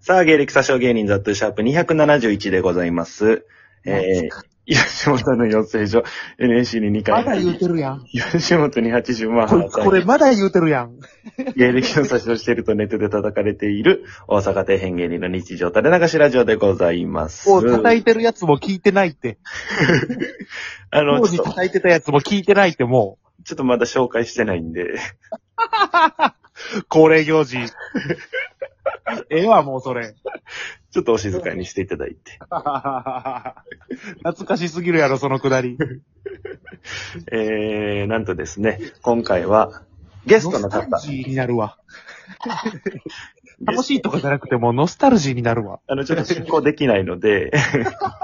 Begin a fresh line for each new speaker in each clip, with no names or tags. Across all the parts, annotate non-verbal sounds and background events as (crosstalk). さあ、芸歴詐称芸人ザットシャープ271でございます。えー、吉本の養成所、NSC に2
まだ言
回、
うてるやん。
吉本に80万
こ
払
いつこれまだ言うてるやん。
芸歴の詐称しているとネットで叩かれている、大阪底辺芸人の日常垂れ流しラジオでございます。
もう叩いてるやつも聞いてないって。
あの、
当
ち
時
ょっと、
叩いてたやつも聞いてないっても
ちょっとまだ紹介してないんで、
う、恒例行事。 (laughs) ええわ、もうそれ。 (laughs)
ちょっとお静かにしていただいて。
懐かしすぎるやろ、そのくだり。
えー、なんとですね、今回は、ゲストの方
ノ、スタルジーになるわ。
ゲ
楽
ス
しいとかじゃなくてもうノスタルジーになるわ。
あの、ちょっと進行できないので、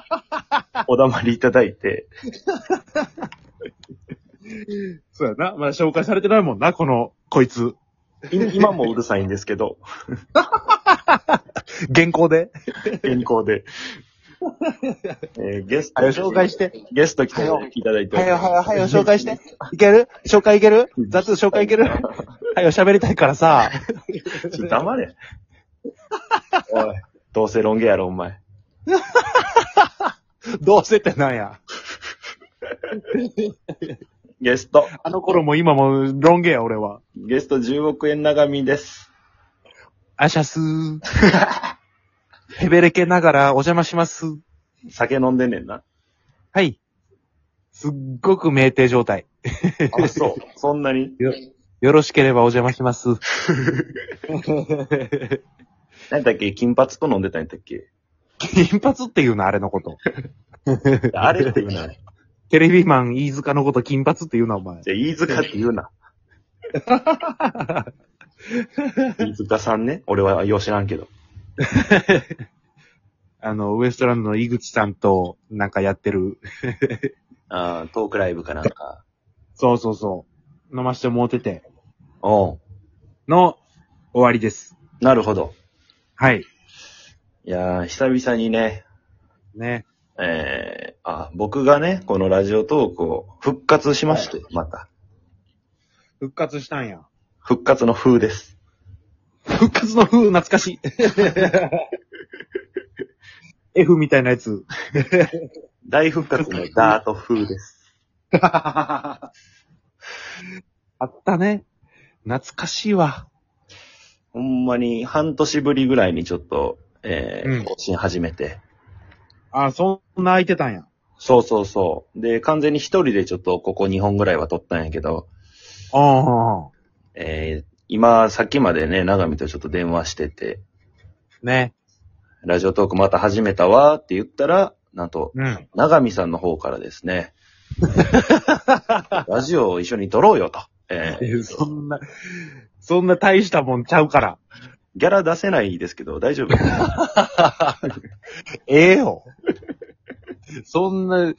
(laughs)
お黙りいただいて、
そうやな。まだ紹介されてないもんな、この、こいつ。
い今もうるさいんですけど、
原稿で。
健康で。えーゲスト、
はよ紹介して。
ゲスト来ていただいてお
は
り
よ
ます。
はよはよ紹介して。いける紹介いける雑紹介いける (laughs) はよ喋りたいからさ。
ちょ黙れ。おい、どうせロン毛やろ、お前。
どうせってなんや。
ゲスト、
あの頃も今もロン毛や、俺は。
ゲスト10億円長身です。
アシャ (laughs) スー。へべれけながらお邪魔します。
酒飲んでんねんな。
はい。すっごく酩酊状態。
あ、そう。そんなに。
よろしければお邪魔します。
何だっけ金髪と飲んでたんやったっけ
金髪っていうの、あれのこと。
あれって言うな。じゃ
テレビマン飯塚のこと金髪っていうな、お前。
あ、飯塚って言うな。飯塚さんね。俺はよう知らんけど。
あの、ウエストランドの井口さんと、なんかやってる。
あートークライブかなんか。
そうそうそう。飲ましてもうてて。
おう
の、終わりです。
なるほど。
はい。
いやー、久々にね、
ね。
えー、あ、僕がね、このラジオトークを復活しまして、また。
復活したんや。
復活の風です。
復活の風、懐かし (laughs) い。F みたいなやつ。
大復活のダート風です。
あったね。懐かしいわ。
ほんまに半年ぶりぐらいにちょっと、え
う
ー、
ん
更新始めて。
あ、そんな空いてたんや。
そうそうそう。で、完全に一人でちょっとここ2本ぐらいは撮ったんやけど、
ああ。
えー、今、さっきまでね、長見とちょっと電話してて、
ね。
ラジオトークまた始めたわーって言ったら、なんと、
うん。
長見さんの方からです (laughs) ね、ラジオを一緒に撮ろうよと。えー
そんな、そんな大したもんちゃうから。
ギャラ出せないですけど、大 (laughs) 丈夫
ええ (laughs) よ。そんな、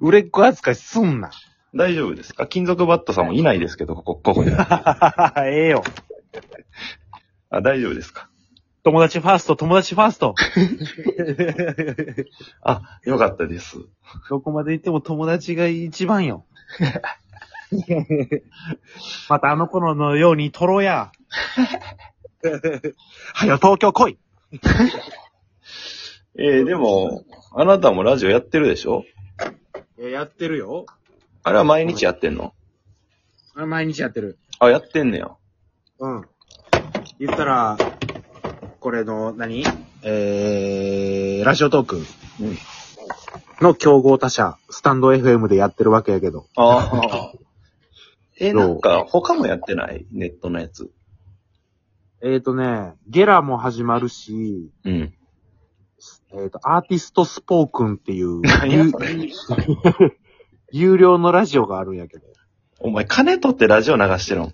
売れっ子扱いすんな。
大丈夫ですか金属バットさんもいないですけど、ここ、ここに。
(laughs) ええよ。
あ、大丈夫ですか
友達ファースト、友達ファースト。
あ、よかったです。
どこまで行っても友達が一番よ。 (laughs) またあの頃のようにトロや。 (laughs) はよ、東京来い
えー、でも、あなたもラジオやってるでしょ
やってるよ。
あれは毎日やってんの
毎日やってる。
あ、やってんねや。
うん。言ったら、これの何、えー、ラジオトーク
うん。
の競合他社、スタンド FM でやってるわけやけど。
(laughs) ああ。え、
どう
なんか、他もやってないネットのやつ。
えーとね、ゲラも始まるし、
うん。
えっ、と、アーティストスポークンっていう、
何やそれ
有料のラジオがあるんやけど。
お前、金取ってラジオ流してるの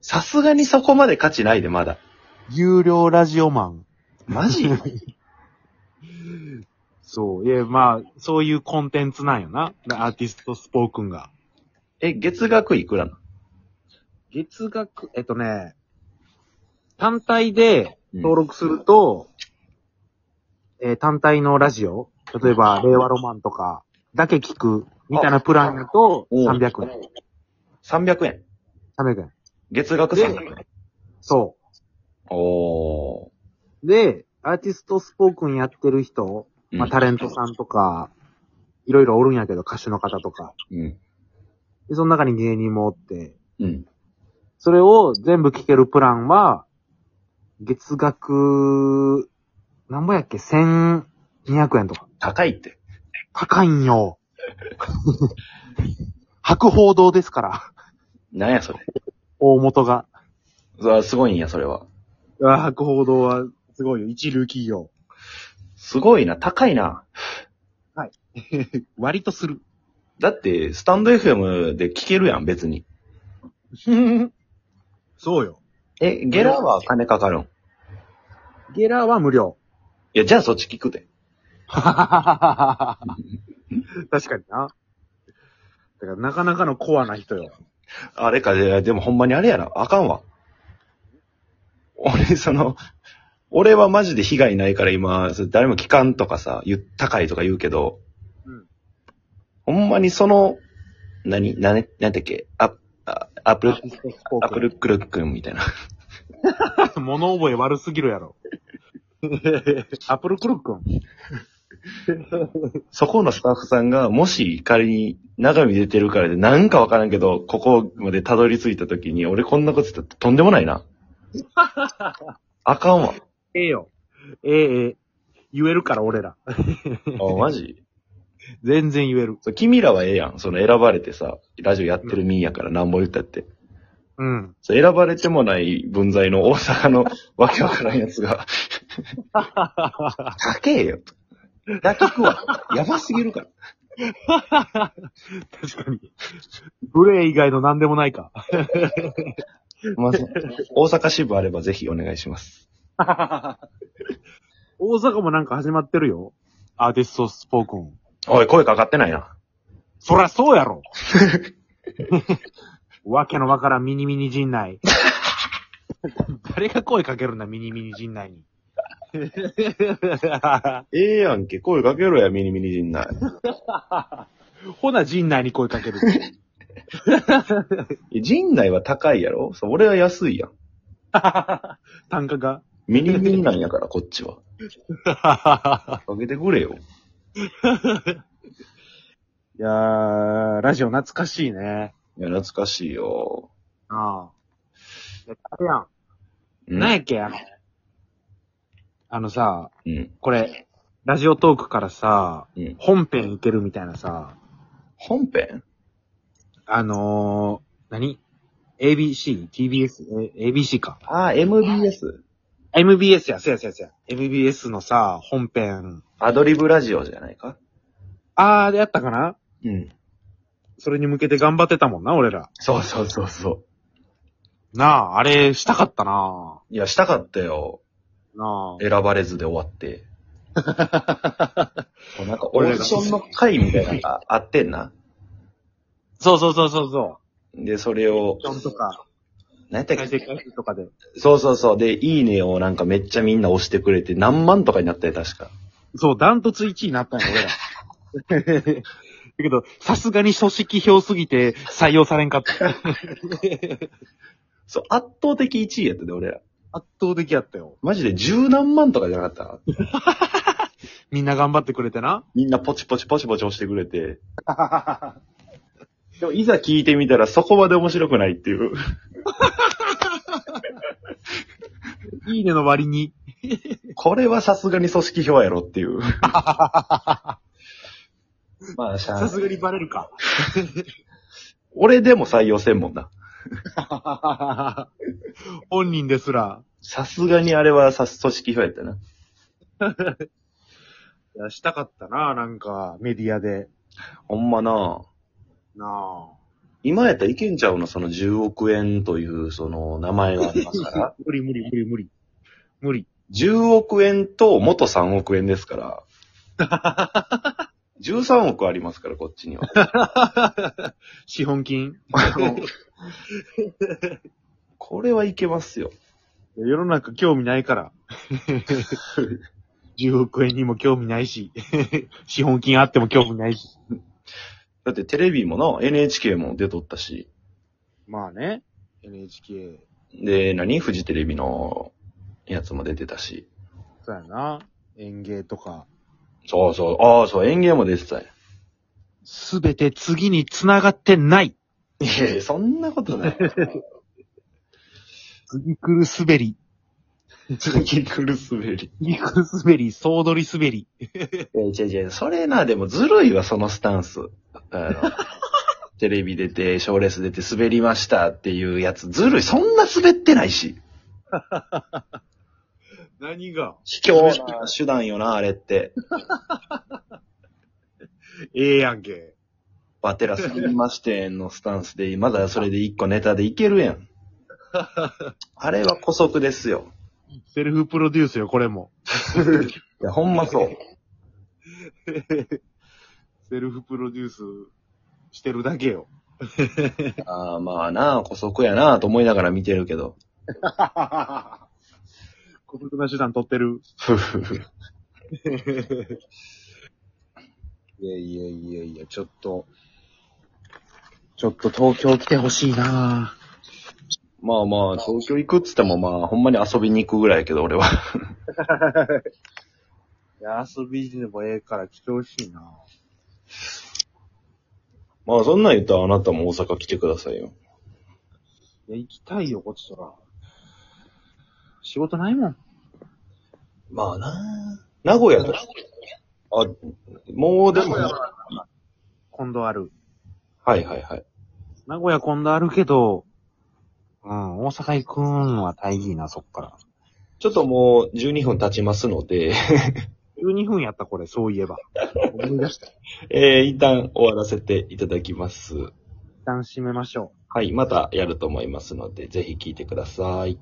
さすがにそこまで価値ないで、まだ。
(laughs) 有料ラジオマン。
マジ
そう。いや、まあ、そういうコンテンツなんよな。アーティストスポークンが。
え、月額いくらな
月額、えっとね、単体で
の
登録すると、えー単体のラジオ、例えば、令和ロマンとか、だけ聞く、みたいなプランだと、
うん
300円。
300円。
300円。
月額300円。
そ
おー。
で、アーティストスポークンやってる人、まあ、タレントさんとか、いろいろおるんやけど、歌手の方とか。
うん。
で、その中に芸人もおって、
うん。
それを全部聞けるプランは、月額、なんぼやっけ ?1200 円とか。
高いって。
高いんよ。 (laughs) 白報堂ですから、
なんやそれ。
大元が。
うわすごいんや、それは。
うわ白報堂はすごいよ。一流企業。
すごいな、高いな。
割とする。 (laughs)
だって、スタンド FM で聞けるやん、別に。
そうよ。
え、ゲラは金かかるん。
ゲラは無料。 (laughs)
いや、じゃあそっち聞くで。
確かにな。だからなかなかのコアな人よ。
あれか、いやでもほんまにあれやな。あかんわ。俺、その、俺はマジで被害ないから今、それ誰も聞かんとかさ、言高いとか言うけど、
うん
ほんまにその、何、何、何だっけ、アップ、あアップル、アップルクルックンみたいな。 (laughs)
(laughs) 物覚え悪すぎるやろ。 (laughs) アップルクルックン。
そこのスタッフさんが、もし仮に中身出てるからで、なんかわからんけど、ここまでたどり着いた時に、俺こんなこと言ったらとんでもない (laughs) な。あかんわ。
ええよ。ええええ。言えるから俺ら。
あ、マジ
全然言える。
そう君らはええやん。その選ばれてさ、ラジオやってる民やからなんぼ言ったって。
うん。
そう選ばれてもない文在の大阪 (laughs) のわけわからんやつが。高えよ。だ聞くわ。やばすぎるから。
確かに。ブレー以外の何でもない (laughs) か。
まあそう大阪支部あればぜひお願いします。
大阪もなんか始まってるよ。アーティストスポークン。
おい、声かかってないな。
そりゃそうや (laughs) ろわけのわからんミニミニ陣 (laughs) 内。誰が声かけるんだ、ミニミニ陣内に。
ええやんけ、声かけろや、ミニミニ陣内。
ほな陣内に声かける。
いや陣内は高いやろそう俺は安いやん。
単価が。
ミニミニなんやから、こっち (laughs) は。かけてくれよ。
(laughs) いやー、ラジオ懐かしいね。
いや、懐かしいよ。
ああ。あれやん。
うん
なんやっけ、あの。あのさ、
うん。
これ、ラジオトークからさ、
うん
本編いけるみたいなさ、
本編
あのー、何 ?ABC? TBS? え ABC か。
あ、MBS。
MBS や、せやせやせや。MBS のさ、本編。
アドリブラジオじゃないか
あー、でやったかな
うん。
それに向けて頑張ってたもんな、俺ら。
そうそうそうそう。
なあ、あれ、したかったない
や、したかったよ。
なあ。
選ばれずで終わ (laughs) って。なんか、オーディションの回みたいなのがあってんな。
そうそうそうそうそ
で、それを
う。、ジョンとか、
何やったっ
再
け
生回数とかで。
そうそうそう。で、いいねをなんかめっちゃみんな押してくれて、何万とかになったよ、確か。
そう、ダントツ1位になったんや、俺ら。だけど、さすがに組織票すぎて採用されんかった。
そう、圧倒的1位やったで、俺ら。
圧倒的やったよ。
マジで十何万とかじゃなかった
みんな頑張ってくれてな。
みんなポチポチポチポチ押してくれて。でも、いざ聞いてみたらそこまで面白くないっていう。
いいねの割に。
これはさすがに組織票やろって (laughs) いう。まあ、しゃ
さ
あ
すがにバレるか。
俺でも採用せんもんな。
本人ですら。
さすがにあれはさ、組織票やったな。
いや、したかったな、なんか、メディアで。
ほんまな
なあ。
今やったらいけんちゃうの、その10億円という、その、名前があります (laughs) から。
無理無理無理無理。無理。
10億円と元3億円ですから。13億ありますから、こっちには。
資本 (laughs) 金。
これはいけますよ。
世の中興味ないから。10億円にも興味ない (laughs) し、資本金あっても興味ないし。
だってテレビもな、NHK も出とったし。
まあね。NHK。
で、何フジテレビのやつも出てたし。
そうやな。園芸とか。
そうそう。ああ、そう、園芸も出てたよ。
すべて次に繋がってない。
いやいや、そんなことない。
次来る滑り。
次来る滑り。
次来る滑り、総取り滑り。
いや違う違う、それな、でもずるいわ、そのスタンス。 (laughs) あのテレビ出て、賞ーレース出て滑りましたっていうやつ、ずるい。そんな滑ってないし。
何が
卑怯な手段よな、あれって。
ええやんけ。
バテラスりましてのスタンスで、まだそれで一個ネタでいけるや (laughs) ん。あれは古速ですよ。
セルフプロデュースよ、これも。
いや、ほんまそう。
セルフプロデュースしてるだけよ。
ああ、まあなあ、古速やなあと思いながら見てるけど。
(laughs) 孤独な手段取ってる。いやいやいやいや、ちょっと、ちょっと東京来てほしいなぁ
まあまあ、東京行くっつってもまあ、ほんまに遊びに行くぐらいやけど、俺は。
いや、遊びでもええから来てほしいなぁ
(laughs) まあ、そんなん言ったらあなたも大阪来てくださいよ。
いや、行きたいよ、こっちとら。仕事ないもん。
まあな名古屋と。あ、もうでも、は
今度ある。
いはいはい。
名古屋今度あるけど、うん、大阪行くんは大義な、そっから。
ちょっともう12分経ちますので、 (laughs)
12分やった、これ、そういえば。思い出した。一
えー、一旦終わらせていただきます。
旦閉めましょう。
はい、またやると思いますので、ぜひ聞いてください。